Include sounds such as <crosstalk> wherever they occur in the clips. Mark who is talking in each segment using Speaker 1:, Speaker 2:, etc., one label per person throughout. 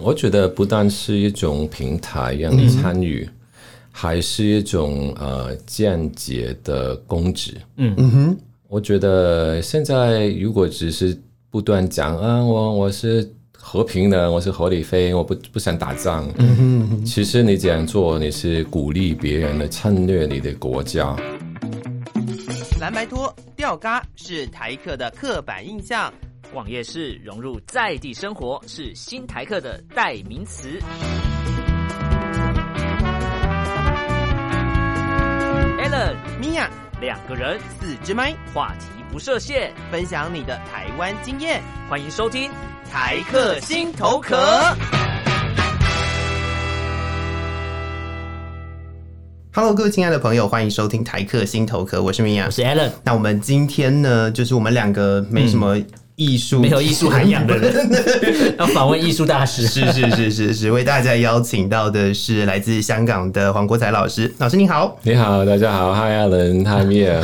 Speaker 1: 我觉得不但是一种平台让你参与，还是一种呃间接的公职。
Speaker 2: 嗯
Speaker 1: 嗯哼，我觉得现在如果只是不断讲啊，我我是和平的，我是合理飞，我不不想打仗。嗯哼，其实你这样做，你是鼓励别人来侵略你的国家。
Speaker 3: 蓝白拖、吊嘎是台客的刻板印象。
Speaker 4: 逛夜市融入在地生活是新台客的代名词。Allen
Speaker 3: 米娅，
Speaker 4: 两个人
Speaker 3: 四支麦，
Speaker 4: 话题不设限，
Speaker 3: 分享你的台湾经验，
Speaker 4: 欢迎收听。
Speaker 3: 台客心头壳。
Speaker 5: Hello，各位亲爱的朋友，欢迎收听台客心头壳，我是明雅
Speaker 2: 我。是 Alan，
Speaker 5: 那我们今天呢，就是我们两个没什么艺术、
Speaker 2: 嗯没有艺术涵养的人，要访问艺术大师。
Speaker 5: <laughs> 是是是是是，为大家邀请到的是来自香港的黄国才老师，老师你好。
Speaker 1: 你好，大家好，Hi Alan，Hi <laughs> Mia，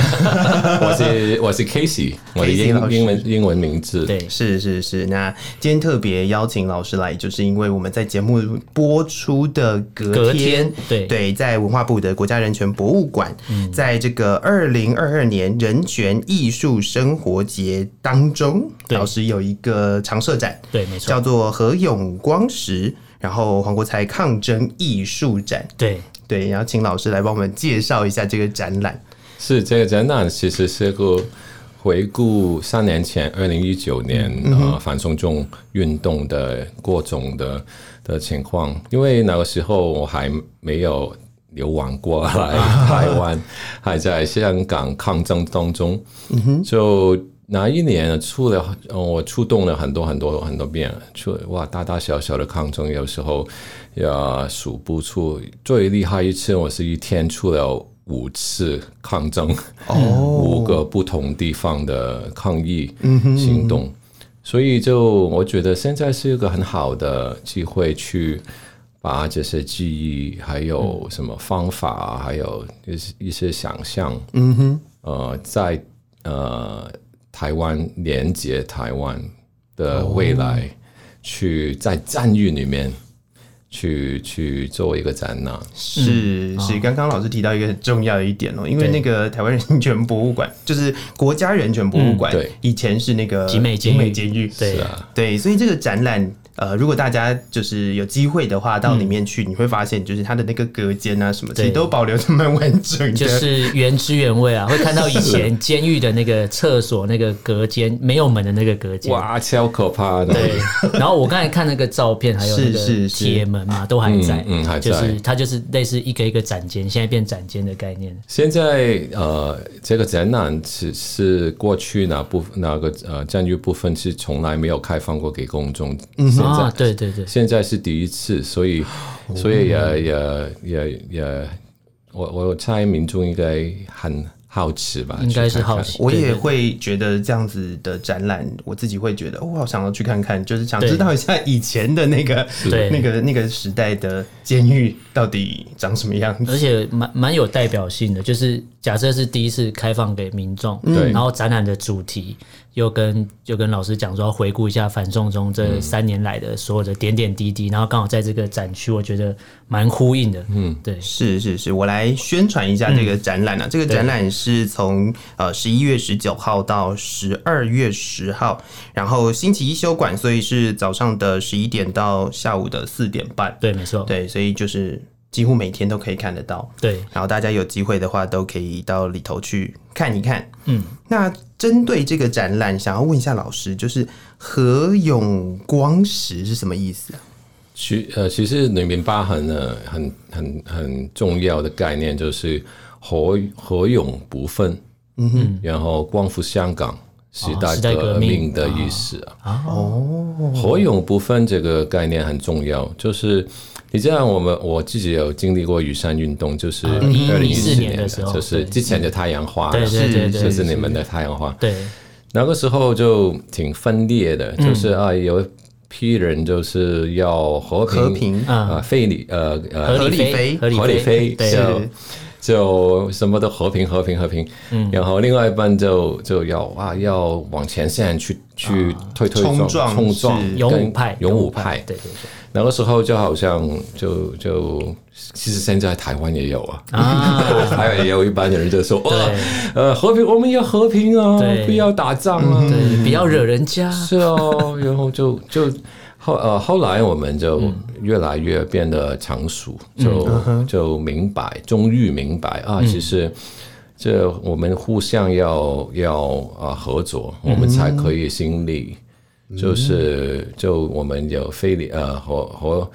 Speaker 1: 我是我是 Casey，我的
Speaker 5: Casey
Speaker 1: 英
Speaker 5: 老师
Speaker 1: 英文英文名字。
Speaker 2: 对，
Speaker 5: 是是是，那今天特别邀请老师来，就是因为我们在节目播出的隔
Speaker 2: 隔
Speaker 5: 天，
Speaker 2: 天对嗯
Speaker 5: 对，在文化部的国家人权博物馆，在这个二零二二年人权艺术生活节当中，
Speaker 2: 对
Speaker 5: 老师有一个常设展，
Speaker 2: 对没错
Speaker 5: 叫做何永光石。然后黄国才抗争艺术展，
Speaker 2: 对，
Speaker 5: 对，然后请老师来帮我们介绍一下这个展览。
Speaker 1: 是这个展览其实是个回顾三年前二零一九年呃反送中运动的各种的的情况，因为那个时候我还没有流亡过来 <laughs> 台湾，还在香港抗争当中，嗯就。那一年出了，呃我触动了很多很多很多遍，出哇大大小小的抗争，有时候呀数不出。最厉害一次，我是一天出了五次抗争，五个不同地方的抗议行动，所以就我觉得现在是一个很好的机会去。把这些记忆，还有什么方法，还有一些一些想象，嗯哼，呃，在呃台湾连接台湾的未来，
Speaker 2: 哦
Speaker 1: 去在战役里面去去做一个展览。
Speaker 5: 是是，刚刚老师提到一个很重要的一点哦、因为
Speaker 2: 嗯哦对
Speaker 5: 那个台湾人权博物馆 <laughs> 就是国家人权博物馆，
Speaker 1: 嗯对
Speaker 5: 以前是那个
Speaker 2: 集美监狱
Speaker 5: 监狱，
Speaker 2: 对
Speaker 5: 对，所以这个展览。呃，如果大家就是有机会的话，到里面去，你会发现就是它的那个隔间啊什么，其
Speaker 2: 对
Speaker 5: 实都保留的蛮完整的。
Speaker 2: 就是原汁原味啊，会看到以前监狱的那个厕所那个隔间没有门的那个隔间。
Speaker 1: 哇，超可怕的！
Speaker 2: 对， <laughs> 然后我刚才看那个照片，还有那
Speaker 5: 是
Speaker 2: 个
Speaker 5: 是是
Speaker 2: 铁门嘛，都还在，
Speaker 1: 嗯嗯还在
Speaker 2: 就是它就是类似一个一个展间，现在变展间的概念。
Speaker 1: 现在呃，这个展览是是过去哪部哪个呃战略部分是从来没有开放过给公众， <laughs> 现在、
Speaker 2: 啊，对对对，
Speaker 1: 现在是第一次，所以
Speaker 2: 哦
Speaker 1: 所以也也也也，我我猜民众应该很好奇吧，
Speaker 2: 应该
Speaker 1: 去
Speaker 2: 是
Speaker 1: 看看
Speaker 2: 好奇。
Speaker 5: 我
Speaker 2: 对
Speaker 5: 也
Speaker 2: 对
Speaker 5: 会觉得这样子的展览，我自己会觉得，哦我好想要去看看，就是想
Speaker 2: 对
Speaker 5: 知道一下以前的那个
Speaker 2: 对
Speaker 5: 那个那个时代的监狱到底长什么样子。
Speaker 2: 而且蛮蛮有代表性的，就是假设是第一次开放给民众，
Speaker 1: 嗯对
Speaker 2: 然后展览的主题又跟又跟老师讲说要回顾一下反送中
Speaker 1: 嗯
Speaker 2: 这三年来的所有的点点滴滴，然后刚好在这个展区，我觉得蛮呼应的，嗯，对，
Speaker 5: 是是是，我来宣传一下这个展览啊。这个展览是从呃十一月十九号到十二月十号，然后星期一休馆，所以是早上的十一点到下午的四点半。
Speaker 2: 对，没错，
Speaker 5: 对，所以就是几乎每天都可以看得到。
Speaker 2: 对，
Speaker 5: 然后大家有机会的话，都可以到里头去看一看。嗯，那针对这个展览，想要问一下老师，就是何永光石是什么意思啊？
Speaker 1: 其呃，其实里面包含了很很很重要的概念，就是合合勇不分，嗯哼，然后光复香港时
Speaker 2: 哦
Speaker 1: 代
Speaker 2: 时代革
Speaker 1: 革
Speaker 2: 命
Speaker 1: 命的意思啊。哦，合勇不分这个概念很重要，就是你知道我们我自己有经历过雨伞运动，就是二零一
Speaker 2: 2014
Speaker 1: 四
Speaker 2: 啊年
Speaker 1: 年
Speaker 2: 的时候
Speaker 1: 就是
Speaker 2: 对
Speaker 1: 之前的太阳花，
Speaker 2: 对对对对
Speaker 1: 就是你们的太阳花，
Speaker 2: 对，
Speaker 1: 那个时候就挺分裂的，就是啊，有一批人就是要和平，
Speaker 5: 和平
Speaker 2: 嗯
Speaker 1: 啊，非理呃呃
Speaker 2: 合理
Speaker 5: 飞
Speaker 2: 合理
Speaker 1: 合理非
Speaker 2: 对
Speaker 1: 就就什么都和平和平和平，然后另外一半就就要啊要往前线去去推推
Speaker 5: 冲撞
Speaker 1: 冲撞
Speaker 5: 是
Speaker 2: 勇武
Speaker 1: 跟
Speaker 2: 派，
Speaker 1: 勇武
Speaker 2: 武
Speaker 1: 派，
Speaker 2: 对对对，
Speaker 1: 那个时候就好像就就，其实现在台湾也有啊，
Speaker 2: 啊，
Speaker 1: <laughs> 台湾也有一般人就说，哇
Speaker 2: 对，
Speaker 1: 呃，和平，我们要和平啊
Speaker 2: 对，嗯
Speaker 1: 不要打仗啊，
Speaker 2: 对，不要惹人家，
Speaker 1: 是哦，然后就就后呃后来我们就
Speaker 2: 嗯
Speaker 1: 越来越变得成熟，就、就明白，终于明白啊，
Speaker 2: 嗯
Speaker 1: 其实。这我们互相要要啊合作，
Speaker 2: 嗯
Speaker 1: 我们才可以心力，就是就我们有非礼呃和和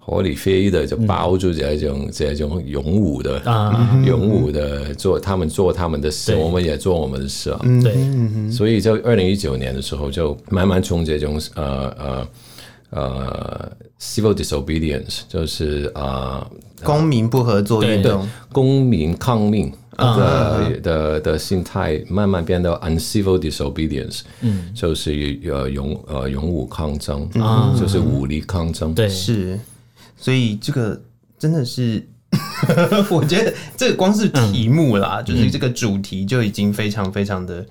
Speaker 1: 合理非议的就包住这种、这种勇武的、
Speaker 2: 啊
Speaker 1: 勇武的做他们做他们的事，
Speaker 2: 对
Speaker 1: 我们也做我们的事啊。
Speaker 2: 对，
Speaker 1: 所以就二零一九年的时候，就慢慢从这种呃呃呃 civil disobedience，就是呃
Speaker 5: 公民不合作运动，
Speaker 1: 公民抗命呃的的的心态，慢慢变到 uncivil disobedience，嗯，就是呃勇呃勇武抗争，就是武力抗争，
Speaker 2: 对，
Speaker 5: 是，所以这个真的是， <laughs> 我觉得这个光是题目
Speaker 2: 嗯
Speaker 5: 啦，就是这个主题就已经非常非常的，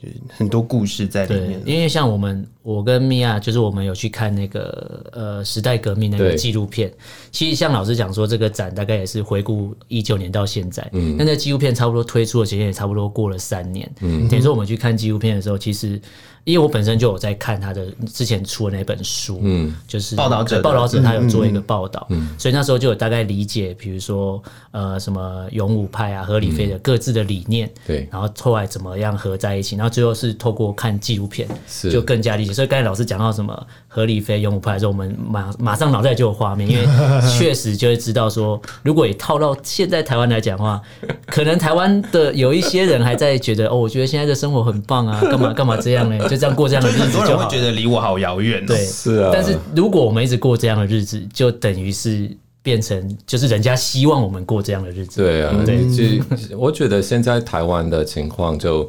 Speaker 5: 就是很多故事在里
Speaker 2: 对
Speaker 5: 面，了。
Speaker 2: 因为像我们，我跟米娅，就是我们有去看那个呃时代革命那个
Speaker 1: 对
Speaker 2: 纪录片。其实像老师讲说，这个展大概也是回顾一九年到现在，嗯，但这纪录片差不多推出的时间也差不多过了三年，嗯，等于说我们去看纪录片的时候，其实因为我本身就有在看他的之前出的那本书，嗯，就是
Speaker 5: 报道者的
Speaker 2: 报道者他有
Speaker 1: 嗯
Speaker 2: 做一个报道，所以那时候就有大概理解，比如说呃什么勇武派啊、合理飞的各自的理念，
Speaker 1: 嗯对
Speaker 2: 然后后来怎么样合在一起，然后最后是透过看纪录片，
Speaker 1: 是
Speaker 2: 就更加理解。所以刚才老师讲到什么合理飞、勇武派的时候，我们马马上脑袋就有画面，
Speaker 1: <laughs>
Speaker 2: 因为确实就会知道说，如果也套到现在台湾来讲
Speaker 1: <laughs>
Speaker 2: 的话，可能台湾的有一些人还在觉得哦，我觉得现在的生活很棒啊，干嘛干嘛这样呢？就这样过这样的日
Speaker 5: 很
Speaker 2: 子
Speaker 5: 多
Speaker 2: 就
Speaker 5: 人
Speaker 2: 好
Speaker 5: 会
Speaker 2: 了。
Speaker 5: 觉得离我好遥远、哦，
Speaker 2: 对，
Speaker 1: 是啊
Speaker 2: 但是如果我们一直过这样的日子，就等于是变成就是人家希望我们过这样的日嗯子。
Speaker 1: 对啊，
Speaker 2: 对
Speaker 1: 对，就我觉得现在台湾的情况就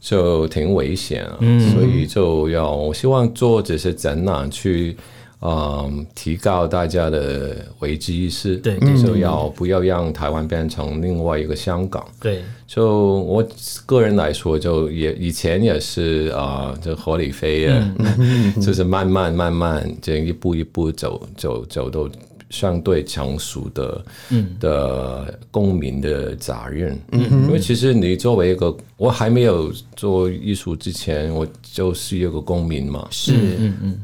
Speaker 1: 就挺危险啊，
Speaker 2: 嗯
Speaker 1: 所以就要我希望做这些展览去。嗯，提高大家的危机意识，
Speaker 2: 对
Speaker 1: 就要不要让台湾变成另外一个香港？
Speaker 2: 对
Speaker 1: 就我个人来说，就也以前也是啊、呃就合理飞呀， <laughs> 就是慢慢慢慢这样一步一步走走走到相对成熟的、的公民的责任。因为其实你作为一个，我还没有做艺术之前，我就是一个公民嘛。
Speaker 5: 是，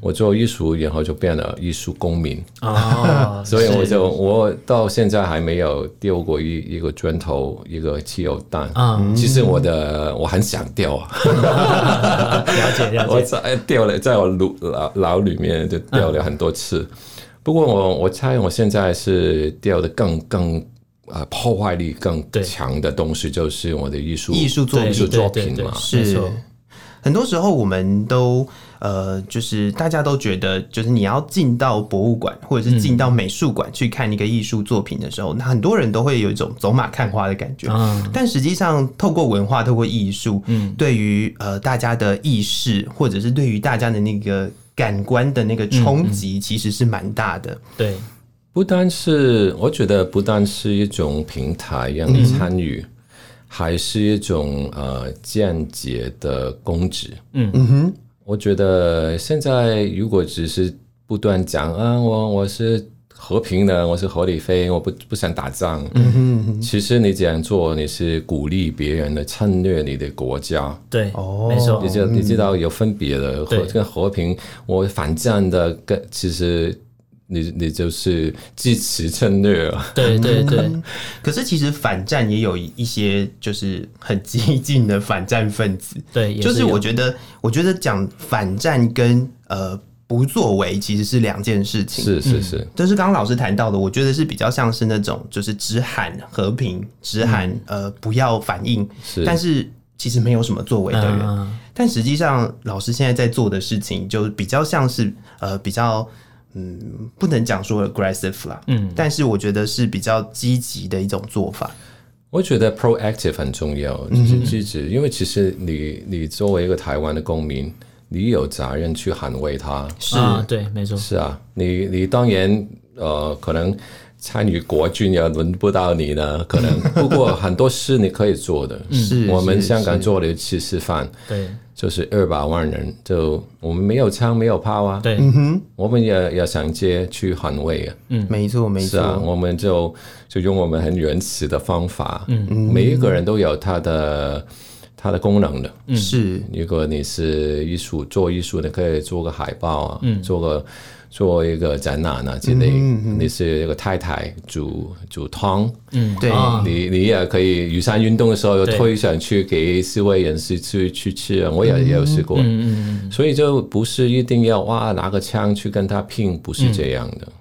Speaker 1: 我做艺术，然后就变了艺术公民。
Speaker 2: <laughs> 哦，
Speaker 1: 所以我就我到现在还没有丢过一一个砖头，一个汽油弹。
Speaker 2: 嗯
Speaker 1: 其实我的我很想丢啊，
Speaker 2: <laughs> 了解了
Speaker 1: 我
Speaker 2: 解，
Speaker 1: 在掉了，在我牢牢牢里面就掉了很多次。
Speaker 2: 嗯
Speaker 1: 不过我我猜我现在是掉的更更呃破坏力更
Speaker 2: 对
Speaker 1: 强的东西，就是我的艺术
Speaker 5: 艺术作品
Speaker 1: 艺术作品
Speaker 2: 对对对
Speaker 1: 嘛。
Speaker 2: 对没
Speaker 5: 是
Speaker 2: 错，
Speaker 5: 很多时候我们都呃，就是大家都觉得，就是你要进到博物馆或者是
Speaker 2: 嗯
Speaker 5: 进到美术馆去看一个艺术作品的时候，那很多人都会有一种走马看花的感觉。
Speaker 2: 嗯
Speaker 5: 但实际上，透过文化，透过艺术，嗯，对于呃大家的意识，或者是对于大家的那个感官的那个冲击，其实是蛮大的。
Speaker 2: 对
Speaker 1: 不单是我觉得不单是一种平台让
Speaker 2: 嗯
Speaker 1: 你参与，还是一种呃间接的公职。
Speaker 2: 嗯
Speaker 1: 嗯哼，我觉得现在如果只是不断讲啊，我我是和平的，我是合理飞，我不不想打仗。嗯哼，其实你这样做，你是鼓励别人来侵略你的国家。
Speaker 2: 对，
Speaker 5: 哦
Speaker 2: 没错
Speaker 1: 你，知道，你知道有分别的，和
Speaker 2: 对
Speaker 1: 跟和平，我反战的，跟其实你你就是支持侵略啊，
Speaker 2: 对对对，
Speaker 5: <laughs> 嗯可是，其实反战也有一些就是很激进的反战分子，
Speaker 2: 对，也
Speaker 5: 就是
Speaker 2: 有
Speaker 5: 我觉得，我觉得讲反战跟呃不作为其实是两件事情。
Speaker 1: 是是是，
Speaker 5: 就是刚刚老师谈到的，我觉得是比较像是那种，就是只喊和平，只喊、呃不要反应，
Speaker 1: 是
Speaker 5: 但是其实没有什么作为的人。
Speaker 2: 嗯嗯
Speaker 5: 但实际上，老师现在在做的事情，就比较像是呃比较嗯不能讲说 aggressive 啦，嗯，但是我觉得是比较积极的一种做法。
Speaker 1: 我觉得 proactive 很重要，
Speaker 5: 嗯
Speaker 1: 就是积极，因为其实你你作为一个台湾的公民，你有责任去捍卫它，
Speaker 5: 是
Speaker 2: 啊，对，没错，
Speaker 1: 是啊，你你当然呃，可能参与国军也轮不到你呢，可
Speaker 5: <laughs>
Speaker 1: 能。不过很多事你可以做的，
Speaker 5: 嗯是
Speaker 1: 我们
Speaker 5: 是
Speaker 1: 香港
Speaker 5: 是
Speaker 1: 做了一次示范，
Speaker 2: 对
Speaker 1: 就是二百万人，就我们没有枪没有炮啊，
Speaker 2: 对，
Speaker 5: 嗯
Speaker 1: 我们也也上街去捍卫啊。
Speaker 5: 没错没
Speaker 1: 是啊，
Speaker 5: 错，
Speaker 1: 我们就就用我们很原始的方法，嗯，每一个人都有他的他的功能的。
Speaker 5: 是
Speaker 1: 如果你是艺术做艺术的，可以做个海报啊，做个做一个展览啊之类。你是一个太太煮煮汤，嗯，
Speaker 5: 对
Speaker 2: 啊
Speaker 1: 你你也可以雨伞运动的时候
Speaker 2: 对
Speaker 1: 推上去给示威人士去去吃啊，我也也有试过，
Speaker 2: 嗯
Speaker 1: 所以就不是一定要哇拿个枪去跟他拼，不是这样的。
Speaker 2: 对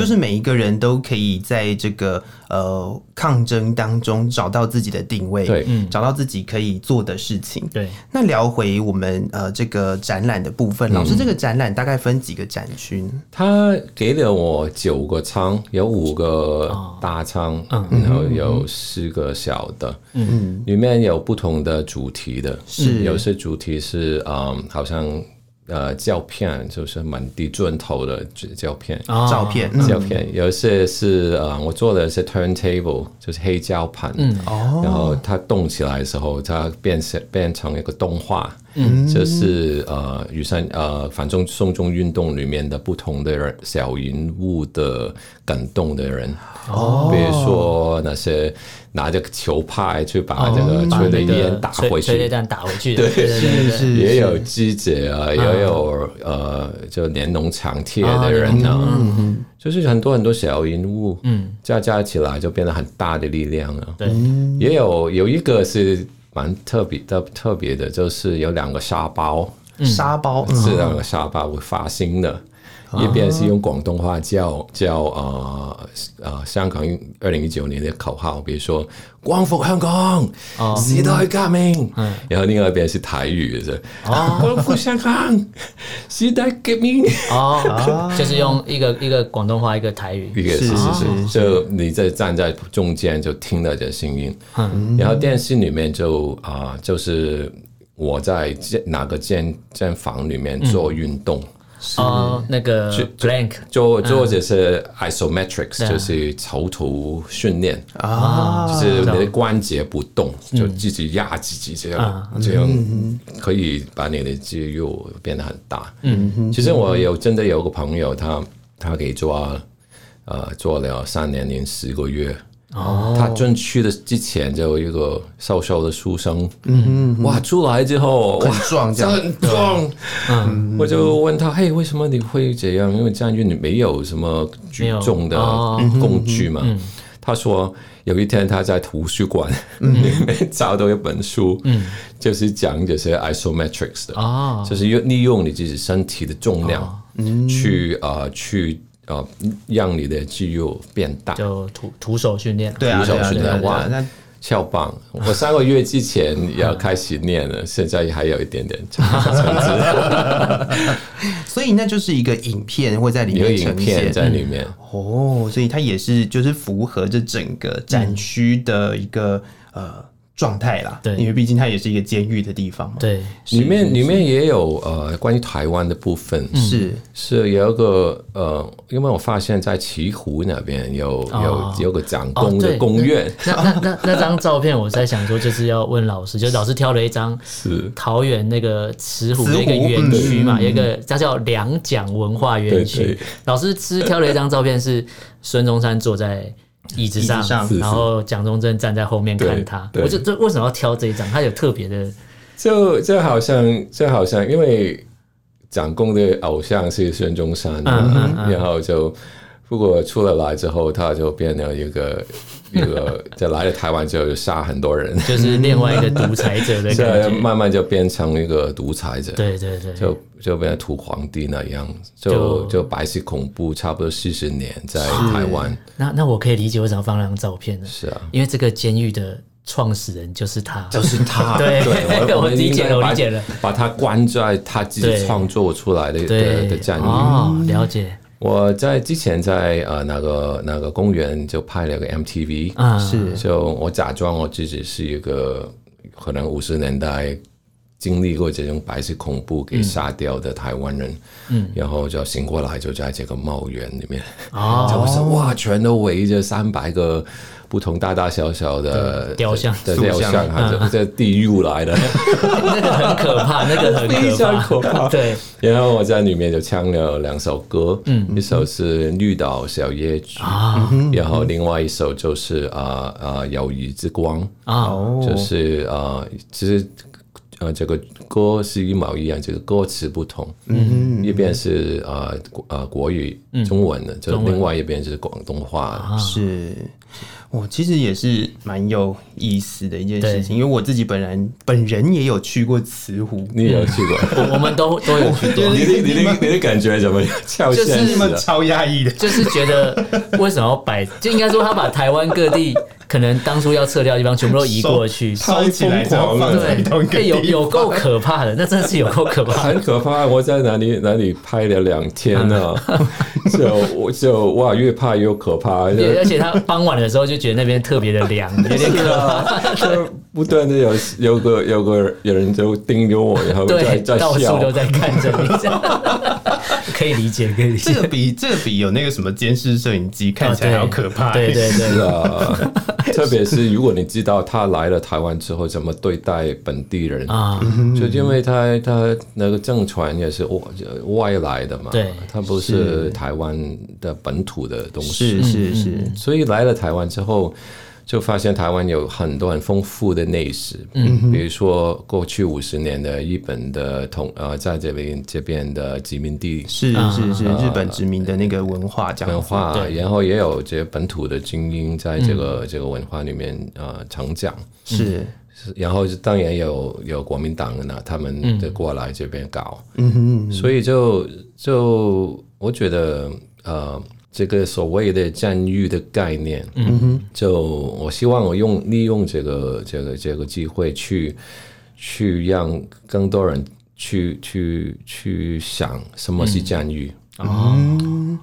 Speaker 5: 就是每一个人都可以在这个呃抗争当中找到自己的定位，
Speaker 1: 对，嗯
Speaker 5: 找到自己可以做的事情。
Speaker 2: 对，
Speaker 5: 那聊回我们呃这个展览的部
Speaker 1: 嗯
Speaker 5: 分，老师这个展览大概分几个展区呢？
Speaker 1: 他给了我九个仓，有五个大仓，然后有四个小的，嗯，里面有不同的主题的，
Speaker 5: 是
Speaker 1: 有些主题是嗯，好像呃胶片，就是满地砖头的胶片，
Speaker 2: 啊
Speaker 5: 照片，嗯
Speaker 1: 胶片，有一些是呃，我做的是 turntable，就是黑胶盘，
Speaker 2: 哦
Speaker 1: 然后它动起来的时候，它变成变成一个动画，嗯，这是呃雨伞呃反中送中运动里面的不同的人小人物的感动的人，哦，比如说那些拿着球拍去把这个
Speaker 2: 把
Speaker 1: 吹的
Speaker 2: 那个
Speaker 1: 烟打
Speaker 2: 催
Speaker 1: 回
Speaker 2: 催泪
Speaker 1: 去。
Speaker 2: 弹打回去的，对对对对。
Speaker 5: 是
Speaker 1: 也有记者啊，也有呃，就连农场贴的人啊，就是很多很多小人物，嗯，加加起来就变得很大的力量了。
Speaker 2: 对，
Speaker 1: 也有有一个是蛮特别的，特别的就是有两个沙包，
Speaker 5: 沙包，嗯
Speaker 1: 是两个沙包会发新的。一边是用广东话叫叫呃呃香港二零一九年的口号，比如说“光复香港，时代革命”，然后另外一边是台语的，光复香港， <laughs> 时代革命”。
Speaker 2: 哦，
Speaker 5: 啊
Speaker 2: 就是用一个一个广东话，一个台
Speaker 1: 一
Speaker 2: 语，
Speaker 1: 个
Speaker 5: 是
Speaker 1: 是
Speaker 5: 是
Speaker 1: <laughs> 是是，就你在站在中间就听到这声音，然后电视里面就啊、就是我在健哪个健健房里面做运动，
Speaker 2: 哦，那个
Speaker 1: 就
Speaker 2: blank
Speaker 1: 做做这些 isometrics，、
Speaker 2: 对啊
Speaker 1: 就是囚徒训练，就
Speaker 5: 啊，
Speaker 1: 是你的关节不动，就自己压自己这样，这样可以把你的肌肉变得很大。嗯，其实我有真的有个朋友，他他给做呃做了三年零十个月。哦，他进去的之前就有一个瘦瘦的书生，嗯哇，出来之后哇
Speaker 5: 很壮
Speaker 1: 这
Speaker 5: 这样，
Speaker 1: 很
Speaker 2: 啊
Speaker 1: 壮。嗯，我就问他，嘿，为什么你会这样？因为战运你没有什么举重的
Speaker 2: 没有哦
Speaker 1: 工具嘛。他说有一天他在图书馆里面 <laughs> 找到一本书，就是讲这些 isometrics 的，
Speaker 2: 嗯哦，
Speaker 1: 就是用利用你自己身体的重量去呃去呃让你的肌肉变大。
Speaker 2: 就徒徒手训练，
Speaker 5: 对啊，
Speaker 1: 徒手
Speaker 5: 对啊，
Speaker 1: 训
Speaker 5: 对啊
Speaker 1: 练
Speaker 5: 对啊
Speaker 1: 哇，
Speaker 5: 那
Speaker 1: 翘棒，我三个月之前要开始念了，现在还有一点点长。
Speaker 5: 所以那就是一个影片会在里
Speaker 1: 有
Speaker 5: 面
Speaker 1: 影
Speaker 5: 呈现
Speaker 1: 片在里面，
Speaker 5: 哦，所以它也是就是符合这整个展区的一个、呃状态啦。
Speaker 2: 对
Speaker 5: 因为毕竟它也是一个监狱的地方嘛。，
Speaker 2: 对，
Speaker 1: 里面里面也有呃关于台湾的部分，
Speaker 2: 嗯
Speaker 5: 是
Speaker 1: 是有一个呃，因为我发现在奇湖那边有
Speaker 2: 哦
Speaker 1: 有有个长
Speaker 2: 哦
Speaker 1: 工的
Speaker 2: 对
Speaker 1: 公园，
Speaker 2: 那那那那张照片，我在想说，就是要问老师，就是老师挑了一张
Speaker 1: 是
Speaker 2: 桃园那个慈湖
Speaker 5: 慈湖
Speaker 2: 的一个园区嘛，
Speaker 5: 嗯
Speaker 2: 有一个它叫两蒋文化园
Speaker 1: 对
Speaker 2: 区
Speaker 1: 对。
Speaker 2: 老师只挑了一张照片，是孙中山坐在椅子上
Speaker 5: 椅子上是，
Speaker 1: 是
Speaker 2: 然后蒋中正站在后面看他。
Speaker 1: 对对
Speaker 2: 我就这为什么要挑这一张？他有特别的
Speaker 1: 就就好像就好像因为长工的偶像是孙中山，
Speaker 2: 嗯嗯
Speaker 1: 然后就不过出了来之后，他就变了一
Speaker 2: <laughs>
Speaker 1: 个一个，在来了台湾之后就杀很多人，
Speaker 5: 嗯
Speaker 2: 就是另外一个独裁者
Speaker 5: <laughs>
Speaker 2: 的
Speaker 1: 所
Speaker 5: 啊
Speaker 1: 以
Speaker 2: 感觉。
Speaker 1: 慢慢就变成一个独裁者，
Speaker 2: 对对对，
Speaker 1: 就就变成土皇帝那样，
Speaker 2: 就
Speaker 1: 就就白色恐怖差不多四十年在台湾，
Speaker 2: 那那我可以理解为什么放那张照片呢？
Speaker 1: 是啊，
Speaker 2: 因为这个监狱的创始人就是他，
Speaker 1: 就是 <laughs> 他
Speaker 2: 对 <laughs> 我
Speaker 1: 们
Speaker 2: 理解
Speaker 1: 应该
Speaker 2: 了我
Speaker 1: 把
Speaker 2: 理解了，
Speaker 1: 把他关在他自己
Speaker 2: 对
Speaker 1: 创作出来的的
Speaker 2: 对
Speaker 1: 的战役。
Speaker 2: 哦，了解
Speaker 1: 我在之前在呃那个那个公园就拍了个 MTV，
Speaker 2: 啊，
Speaker 5: 是
Speaker 1: 就我假装我自己是一个可能五十年代。经历过这种白色恐怖给杀掉的台湾人，嗯，然后就醒过来，就在这个墓园里面，
Speaker 2: 哦
Speaker 1: <laughs> 就是哇，全都围着三百个不同大大小小的
Speaker 2: 雕像
Speaker 1: 的
Speaker 5: 塑
Speaker 1: 雕
Speaker 5: 像
Speaker 1: 像，还是这地狱来的。
Speaker 2: <laughs> 那个很可
Speaker 1: <laughs>
Speaker 2: 怕，那个很可怕，
Speaker 1: 非常可怕
Speaker 2: 对，
Speaker 1: 然后我在里面就唱了两首歌，嗯，一首是《绿岛小夜曲》
Speaker 2: 啊
Speaker 1: 然后另外一首就是啊啊《友谊之光》，
Speaker 2: 啊，
Speaker 5: 哦
Speaker 1: 哦就是啊、呃其实呃，这个歌是一毛一样，就是歌词不同。嗯，一边是呃国呃国语、中文的，就
Speaker 2: 嗯中文啊
Speaker 1: 另外一边是广东话的。
Speaker 5: 是，我其实也是蛮有意思的一件事情，因为我自己本人本人也有去过慈湖，
Speaker 1: 你有去过？
Speaker 2: 我我们都都有去
Speaker 1: <laughs>
Speaker 2: 过，
Speaker 1: 你的你的
Speaker 2: <laughs>
Speaker 1: 你的感觉怎么样？超
Speaker 2: 嗯就
Speaker 1: 现
Speaker 2: 是
Speaker 1: 实
Speaker 5: 那么
Speaker 1: 的。
Speaker 5: 超压抑的。
Speaker 2: 就是觉得为什么要摆，就应该说他把台湾各地可能当初要撤掉的地方全部都移
Speaker 1: <laughs>
Speaker 2: 过去，
Speaker 5: 烧起来，然后放在同一
Speaker 2: 对，
Speaker 5: 个
Speaker 1: 哎
Speaker 2: 对有
Speaker 5: 地
Speaker 2: 有够可怕的，那真的是有够可怕的。
Speaker 1: <laughs> 很可怕！我在哪里哪里拍了两天呢、
Speaker 2: 啊
Speaker 1: <laughs> 就我就哇，越怕越可怕，就
Speaker 2: 对而且他傍晚的时候就觉得那边特别的凉，有点可怕。
Speaker 1: 就不断的有有个有个有人就盯着 <laughs> 我，然后在
Speaker 2: 对，
Speaker 1: 在
Speaker 2: 到
Speaker 1: 笑
Speaker 2: 处，都在看着你，
Speaker 1: <laughs>
Speaker 2: 可以理解，可以理
Speaker 5: 这
Speaker 2: 解。
Speaker 5: 个比这个比有那个什么监视摄影机看起来还要可怕、
Speaker 2: 啊对对对
Speaker 1: 是，啊，特别是如果你知道他来了台湾之后怎么对待本地人，
Speaker 2: 啊，
Speaker 1: 就因为他他那个政权也是外哦外来的嘛，
Speaker 2: 对
Speaker 1: 他不是台湾的本土的东西，
Speaker 5: <laughs> 是是是，
Speaker 1: 所以来了台湾之后。就发现台湾有很多很丰富的内史，嗯，比如说过去五十年的日本的统呃，在这边这边的殖民地
Speaker 5: 是是是，日本殖民的那个文化这样
Speaker 1: 文
Speaker 5: 子，
Speaker 1: 化，然后也有这些本土的精英在这个、这个文化里面呃成长，
Speaker 5: 是
Speaker 1: 然后就当然有有国民党的呢，他们就过来这边搞，所以就就我觉得呃，这个所谓的占域的概念，嗯哼，就我希望我用利用这个这个这个机会去去让更多人去去去想什么是占域。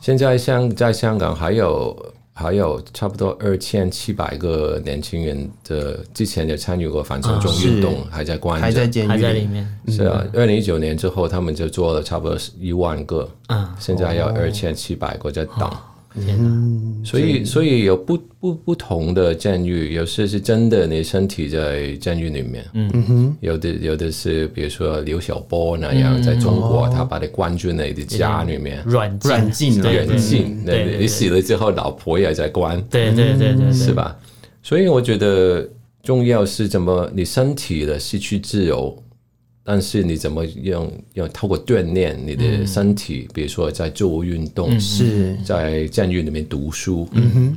Speaker 1: 现在香在香港还有还有差不多二千七百个年轻人的之前也参与过反送中运动，还在关着，
Speaker 5: 还在监
Speaker 2: 还
Speaker 5: 狱
Speaker 2: 在里
Speaker 5: 里，
Speaker 2: 面
Speaker 1: 是啊，二零一九年之后，他们就做了差不多一万个，
Speaker 2: 啊，
Speaker 1: 现在要二千七百个在等。
Speaker 2: 哦天哪！
Speaker 1: 所以所以有不不不同的监狱，有些是真的你身体在监狱里面，嗯哼，有的有的是比如说刘晓波那样，在中国
Speaker 2: 哦
Speaker 1: 他把你关进了你的家里面，
Speaker 2: 软禁啊
Speaker 5: 软禁了
Speaker 2: 对
Speaker 1: 软
Speaker 2: 对
Speaker 1: 禁，
Speaker 2: 嗯对
Speaker 1: 对
Speaker 2: 对
Speaker 1: 你死了之后，老婆也在关，
Speaker 2: 对对对对，
Speaker 1: 是吧？所以我觉得重要是怎么你身体的失去自由，但是你怎么用用透过锻炼你的身体，比如说在做运动，
Speaker 5: 是
Speaker 1: 在监狱里面读书，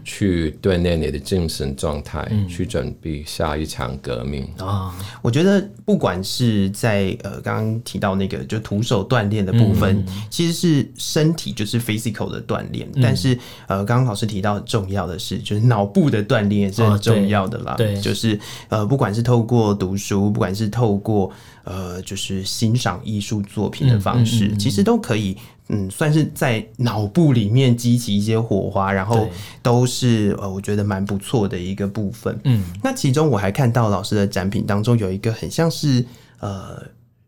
Speaker 1: 去锻炼你的精神状态，去准备下一场革命。
Speaker 2: 啊，
Speaker 5: 我觉得不管是在呃刚刚提到那个就徒手锻炼的部分，
Speaker 2: 嗯
Speaker 5: 其实是身体就是 physical 的锻炼，但是呃刚刚老师提到很重要的是，就是脑部的锻炼也是
Speaker 2: 哦
Speaker 5: 很
Speaker 2: 对
Speaker 5: 重要的啦。
Speaker 2: 对
Speaker 5: 就是呃不管是透过读书，不管是透过呃就是欣赏艺术作品的方
Speaker 2: 嗯
Speaker 5: 式，其实都可以。嗯，算是在脑部里面激起一些火花，然后
Speaker 2: 对
Speaker 5: 都是呃，我觉得蛮不错的一个部分。
Speaker 2: 嗯，
Speaker 5: 那其中我还看到老师的展品当中有一个很像是呃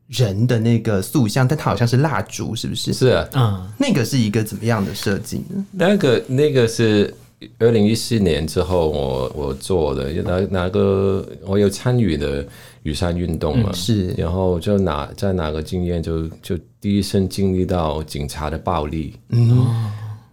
Speaker 5: 人的那个塑像，但它好像是蜡烛，是不是？
Speaker 1: 是啊，
Speaker 2: 嗯，
Speaker 5: 那个是一个怎么样的设计呢？
Speaker 1: 那个那个是二零一四年之后我我做的，哪哪个我有参与的雨山运动嘛，
Speaker 5: 是
Speaker 1: 然后就哪在哪个经验就就第一身经历到警察的暴力，嗯。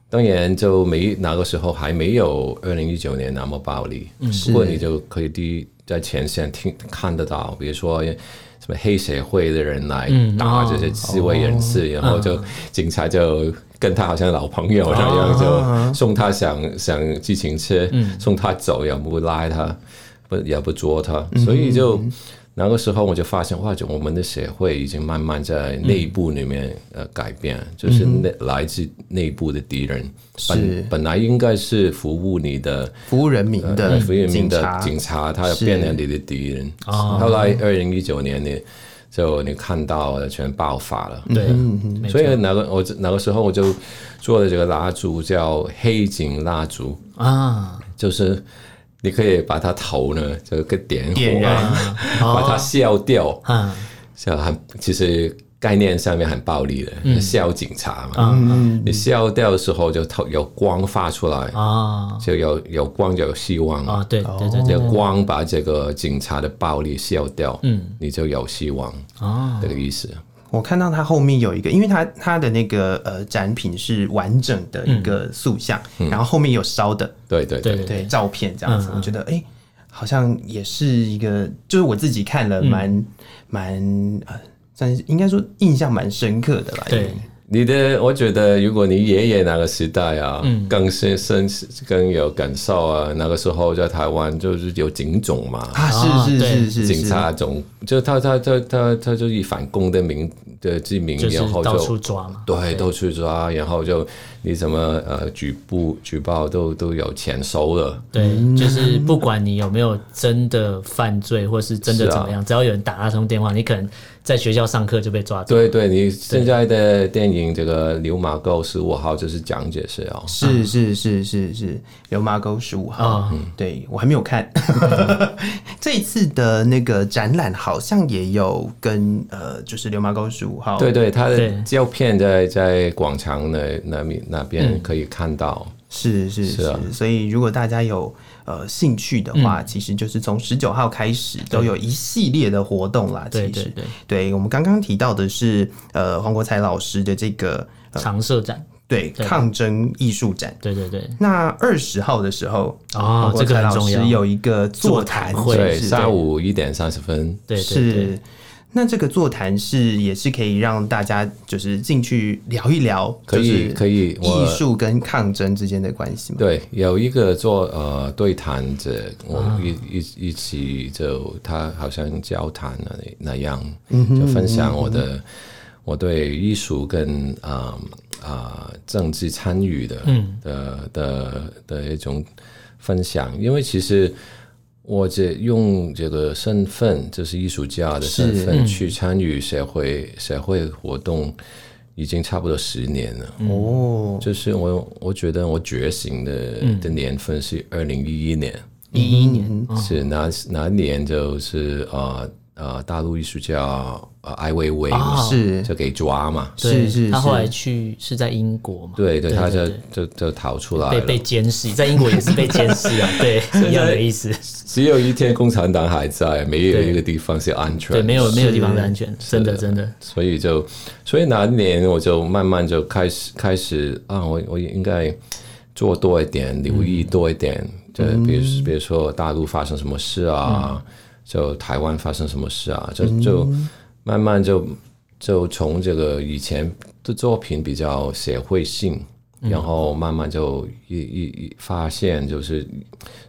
Speaker 1: 当然，就没那个时候还没有二零一九年那么暴力，不过你就可以第一在前线听看得到，比如说哎什么黑社会的人来打这些示威人士，
Speaker 5: 哦
Speaker 1: 然后
Speaker 5: 嗯
Speaker 1: 就警察就跟他好像老朋友那样，
Speaker 5: 哦
Speaker 1: 就送他上上自行车，
Speaker 5: 嗯
Speaker 1: 送他走，也不拉他，不也不捉他，
Speaker 5: 嗯
Speaker 1: 所以就。那个时候我就发现，哇，就我们的社会已经慢慢在内部里面
Speaker 5: 嗯
Speaker 1: 呃改变，就是内来自内部的敌人，
Speaker 5: 是
Speaker 1: 本本来应该是服务你的呃
Speaker 5: 服务人民的
Speaker 1: 服务人民
Speaker 5: 嗯警
Speaker 1: 的
Speaker 5: 察，哦
Speaker 1: 警察，他也
Speaker 5: 是
Speaker 1: 变成你的敌人。后来二零一九年呢，就你看到了全爆发了。
Speaker 5: 嗯
Speaker 2: 对，没
Speaker 1: 所
Speaker 2: 错
Speaker 1: 以哪个我哪个时候我就做了这个蜡烛叫黑警蜡烛，
Speaker 2: 啊，
Speaker 1: 就是你可以把它头呢这个点火，
Speaker 2: 啊
Speaker 5: 点燃
Speaker 2: 哦
Speaker 1: 把它消掉，
Speaker 2: 嗯
Speaker 1: 像很其实概念上面很暴力的，笑警察嘛，
Speaker 2: 嗯
Speaker 1: 你笑掉的时候就透有光发出来，
Speaker 2: 啊
Speaker 1: 就有有光就有希望
Speaker 2: 啊，对对对
Speaker 1: 这
Speaker 2: 对
Speaker 1: 个光把这个警察的暴力消掉，嗯，你就有希望，
Speaker 2: 啊，
Speaker 1: 这个意思。
Speaker 5: 我看到它后面有一个，因为它它的那个呃展品是完整的一个塑像，
Speaker 1: 嗯
Speaker 5: 然后后面有烧的
Speaker 1: 对对
Speaker 2: 对
Speaker 1: 对，
Speaker 5: 对照片这
Speaker 1: 嗯
Speaker 5: 样子，我觉得哎、诶好像也是一个，就是我自己看了
Speaker 1: 嗯
Speaker 5: 蛮蛮、呃，算是应该说印象蛮深刻的啦。
Speaker 2: 对
Speaker 5: 因为
Speaker 1: 你的我觉得，如果你爷爷那个时代啊，
Speaker 2: 嗯
Speaker 1: 更深深更有感受啊，那个时候在台湾就是有警种嘛，
Speaker 5: 啊，
Speaker 2: 啊
Speaker 5: 是是
Speaker 2: 对
Speaker 5: 是是是
Speaker 1: 警察总就他他他他他就以反攻的名的之名，
Speaker 2: 就是
Speaker 1: 然后
Speaker 2: 到处
Speaker 1: 就
Speaker 2: 抓嘛，
Speaker 1: 对到处抓，然后就你什么呃举报举报都都有钱收了，
Speaker 2: 对，就是不管你有没有真的犯罪，或是真的
Speaker 1: 是啊
Speaker 2: 怎么样，只要有人打那通电话，你可能在学校上课就被抓走。
Speaker 1: 对对，你现在的电影这个《流马沟十五号》就是讲解是哦，
Speaker 5: 是是是是是，流麻沟十五号，
Speaker 2: 啊
Speaker 5: 对我还没有看。 <laughs> 这一次的那个展览好像也有跟呃，就是流麻沟十五号，
Speaker 1: 对对，他
Speaker 2: 对
Speaker 1: 的胶片在在广场那那边那边可以看到，
Speaker 5: 是是是，
Speaker 1: 是啊
Speaker 5: 所以如果大家有呃兴趣的话，
Speaker 2: 嗯
Speaker 5: 其实就是从十九号开始都有一系列的活动啦。其
Speaker 2: 对
Speaker 5: 实，
Speaker 2: 对对，
Speaker 5: 对我们刚刚提到的是呃黄国才老师的这个呃
Speaker 2: 常设展，
Speaker 5: 对
Speaker 2: 对
Speaker 5: 抗争艺术展。
Speaker 2: 对对对，
Speaker 5: 那二十号的时候，
Speaker 2: 哦
Speaker 5: 黄国
Speaker 2: 这个
Speaker 5: 才
Speaker 2: 很
Speaker 5: 老
Speaker 2: 重
Speaker 5: 师
Speaker 2: 要
Speaker 5: 有一个座
Speaker 2: 座
Speaker 5: 谈
Speaker 2: 谈会
Speaker 5: 是
Speaker 1: 对，
Speaker 5: 是
Speaker 1: 下午一点三十分，
Speaker 2: 对对对
Speaker 5: 是。那这个座谈是也是可以让大家就是进去聊一聊，
Speaker 1: 可以
Speaker 5: 就是
Speaker 1: 可以我
Speaker 5: 艺术跟抗争之间的关系吗？
Speaker 1: 对，有一个做呃对谈者，我
Speaker 5: 啊
Speaker 1: 们一一一起就他好像交谈那里那样，
Speaker 5: 嗯
Speaker 1: 就分享我的、我对艺术跟啊啊、政治参与的、
Speaker 5: 嗯
Speaker 1: 的的的一种分享，因为其实。我这用这个身份，就是艺术家的身
Speaker 5: 是嗯
Speaker 1: 份去参与社会、社会活动，已经差不多十年了。
Speaker 5: 哦，
Speaker 1: 就是我，我觉得我觉醒的、的年份是二零一一年，
Speaker 2: 嗯一一年嗯
Speaker 1: 是哪哪年就是呃呃大陆艺术家呃艾未未嘛
Speaker 2: 哦
Speaker 5: 是
Speaker 1: 就给抓嘛，
Speaker 2: 对
Speaker 5: 是是
Speaker 2: 他
Speaker 5: 是
Speaker 2: 后来去是在英国嘛？
Speaker 1: 对对，啊他就
Speaker 2: 对
Speaker 1: 就就逃出来
Speaker 2: 被
Speaker 1: 了
Speaker 2: 被。监视，在英国也是被监视啊，对，一样的意思，
Speaker 1: 只有一天共产党还在，没有一个地方是安全的，
Speaker 2: 对，没有没有地方是安全，真的真
Speaker 5: 嗯
Speaker 2: 的，
Speaker 1: 所以就，所以那年我就慢慢就开始开始啊，我我也应该做多一点，留意多一点，
Speaker 2: 嗯
Speaker 1: 就比如比如说大陆发生什么事啊，
Speaker 2: 嗯
Speaker 1: 就台湾发生什么事啊，就就慢慢就就从这个以前的作品比较社会性。
Speaker 2: 嗯
Speaker 1: 然后慢慢就一一一发现，就是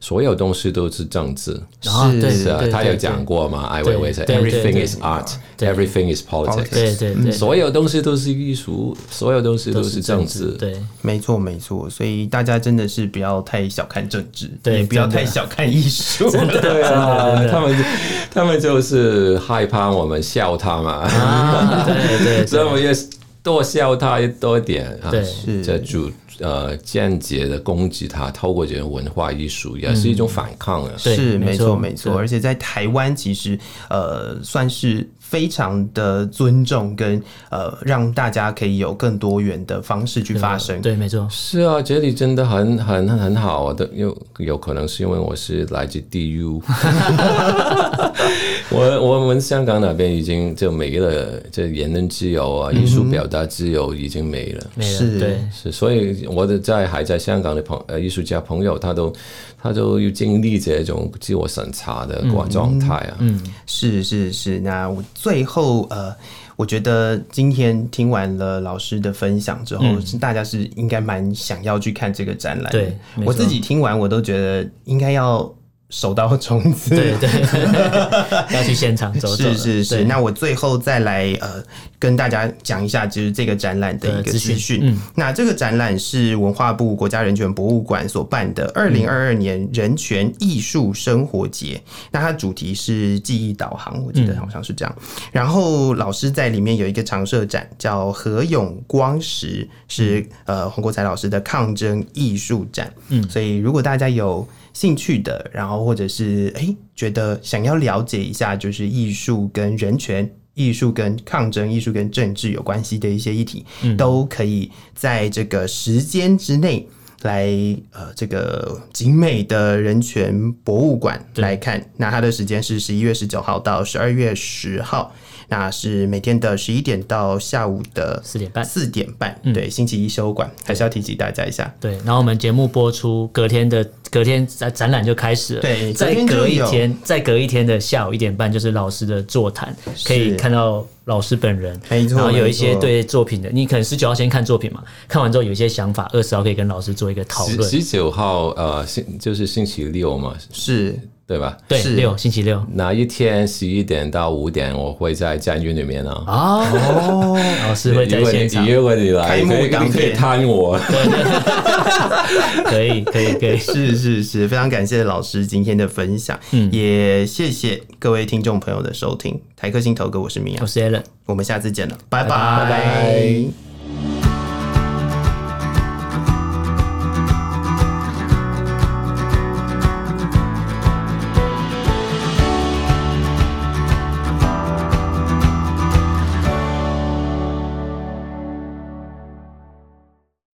Speaker 1: 所有东西都是政治，
Speaker 2: 然后对
Speaker 1: 是啊
Speaker 2: 对，，
Speaker 1: 他
Speaker 2: 对
Speaker 1: 有讲，过嘛，艾薇薇是
Speaker 2: 对对对
Speaker 1: everything is art, everything is
Speaker 2: 对
Speaker 1: politics，
Speaker 2: 对对，
Speaker 1: 所有东西都是艺术，所有东西都是政治。
Speaker 2: 对
Speaker 5: 没错，没错，所以大家真的是不要太小看政治，
Speaker 2: 对
Speaker 5: 也不要
Speaker 2: 真的
Speaker 5: 太小看艺
Speaker 1: <laughs>
Speaker 5: 术。
Speaker 1: 对啊，他们他们就是害怕我们笑他嘛，
Speaker 2: 啊，对
Speaker 5: <laughs>
Speaker 2: 对
Speaker 1: 所以我
Speaker 2: 对
Speaker 1: 们也多笑他多一点啊
Speaker 2: 对，
Speaker 1: 这主呃间接的攻击他，透过这种文化艺术也是一种反抗啊。
Speaker 2: 对
Speaker 5: 是
Speaker 2: 没
Speaker 5: 没
Speaker 2: 错
Speaker 5: 错，没错。
Speaker 2: 对
Speaker 5: 而且在台湾，其实呃，算是非常的尊重跟呃，让大家可以有更多元的方式去发声。
Speaker 2: 对，没错，
Speaker 1: 是啊，这里真的很很很好啊，但有有可能是因为我是来自 DU，我 <laughs> 我们香港那边已经就没了，这言论自由啊，艺术表达自由已经没了。
Speaker 2: 没了，
Speaker 5: 是
Speaker 2: 对
Speaker 1: 是，所以我的在还在香港的朋呃艺术家朋友，他都他都要经历这种自我审查的状状态啊。嗯，
Speaker 5: 是是是，那我最后呃，我觉得今天听完了老师的分享之后，是大家是应该蛮想要去看这个展览的。
Speaker 2: 嗯对没
Speaker 5: 我
Speaker 2: 错
Speaker 5: 自己听完我都觉得应该要手到 <laughs> 虫子。
Speaker 2: 对
Speaker 5: <laughs>
Speaker 2: 对，要去现场走走了，
Speaker 5: 是是是，
Speaker 2: 对
Speaker 5: 那我最后再来呃跟大家讲一下，就是这个展览的
Speaker 2: 呃
Speaker 5: 一
Speaker 2: 资
Speaker 5: 个资
Speaker 2: 讯
Speaker 5: 讯。那这个展览是文化部国家人权博物馆所办
Speaker 2: 嗯
Speaker 5: 的二零二二年人权艺术生活节，那它主题是记忆导航，我
Speaker 2: 嗯
Speaker 5: 记得好像是这样。然后老师在里面有一个常设展叫何永光石，是呃洪国才老师的抗争艺术展。嗯，所以如果大家有兴趣的，然后或者是哎、诶觉得想要了解一下，就是艺术跟人权。艺术跟抗争、艺术跟政治有关系的一些议题，都可以在这个时间之内来呃这个景美的人权博物馆来看。那它的时间是十一月十九号到十二月十号，那是每天的十一点到下午的
Speaker 2: 4点半
Speaker 5: 四点半，嗯对，星期一休馆，还是要提及大家一下。
Speaker 2: 对，然后我们节目播出，隔天的隔天展展览就开始了。
Speaker 5: 对隔
Speaker 2: 再
Speaker 5: 天就
Speaker 2: 隔一
Speaker 5: 有
Speaker 2: 天，再隔一天的下午一点半就是老师的座谈，可以看到老师本人。
Speaker 5: 没错
Speaker 2: 然后有一些
Speaker 5: 没错
Speaker 2: 对作品的，你可能十九号先看作品嘛，看完之后有一些想法，二十号可以跟老师做一个讨
Speaker 1: 十
Speaker 2: 论。
Speaker 1: 十九号呃星就是星期六嘛，
Speaker 5: 是 <laughs>
Speaker 1: 对吧？
Speaker 2: 对，
Speaker 5: 是
Speaker 2: 六星期六。
Speaker 1: 哪一天十一点到五点我会在站院里面啊？
Speaker 2: 哦，老师会
Speaker 1: 如
Speaker 2: 在
Speaker 1: 果
Speaker 2: 现
Speaker 1: 你
Speaker 2: 场，
Speaker 1: 如果你来，
Speaker 5: 开幕
Speaker 1: 可以
Speaker 5: 当
Speaker 1: 你可以
Speaker 5: 天
Speaker 1: 摊我。
Speaker 2: 可以，可以，可以。
Speaker 5: 是是是，非常感谢老师今天的分享，也谢谢各位听众朋友的收听。台客心头哥，我是米娅
Speaker 2: 我，是 Alan。
Speaker 5: 我们下次见了，拜
Speaker 2: 拜
Speaker 5: 拜
Speaker 2: 拜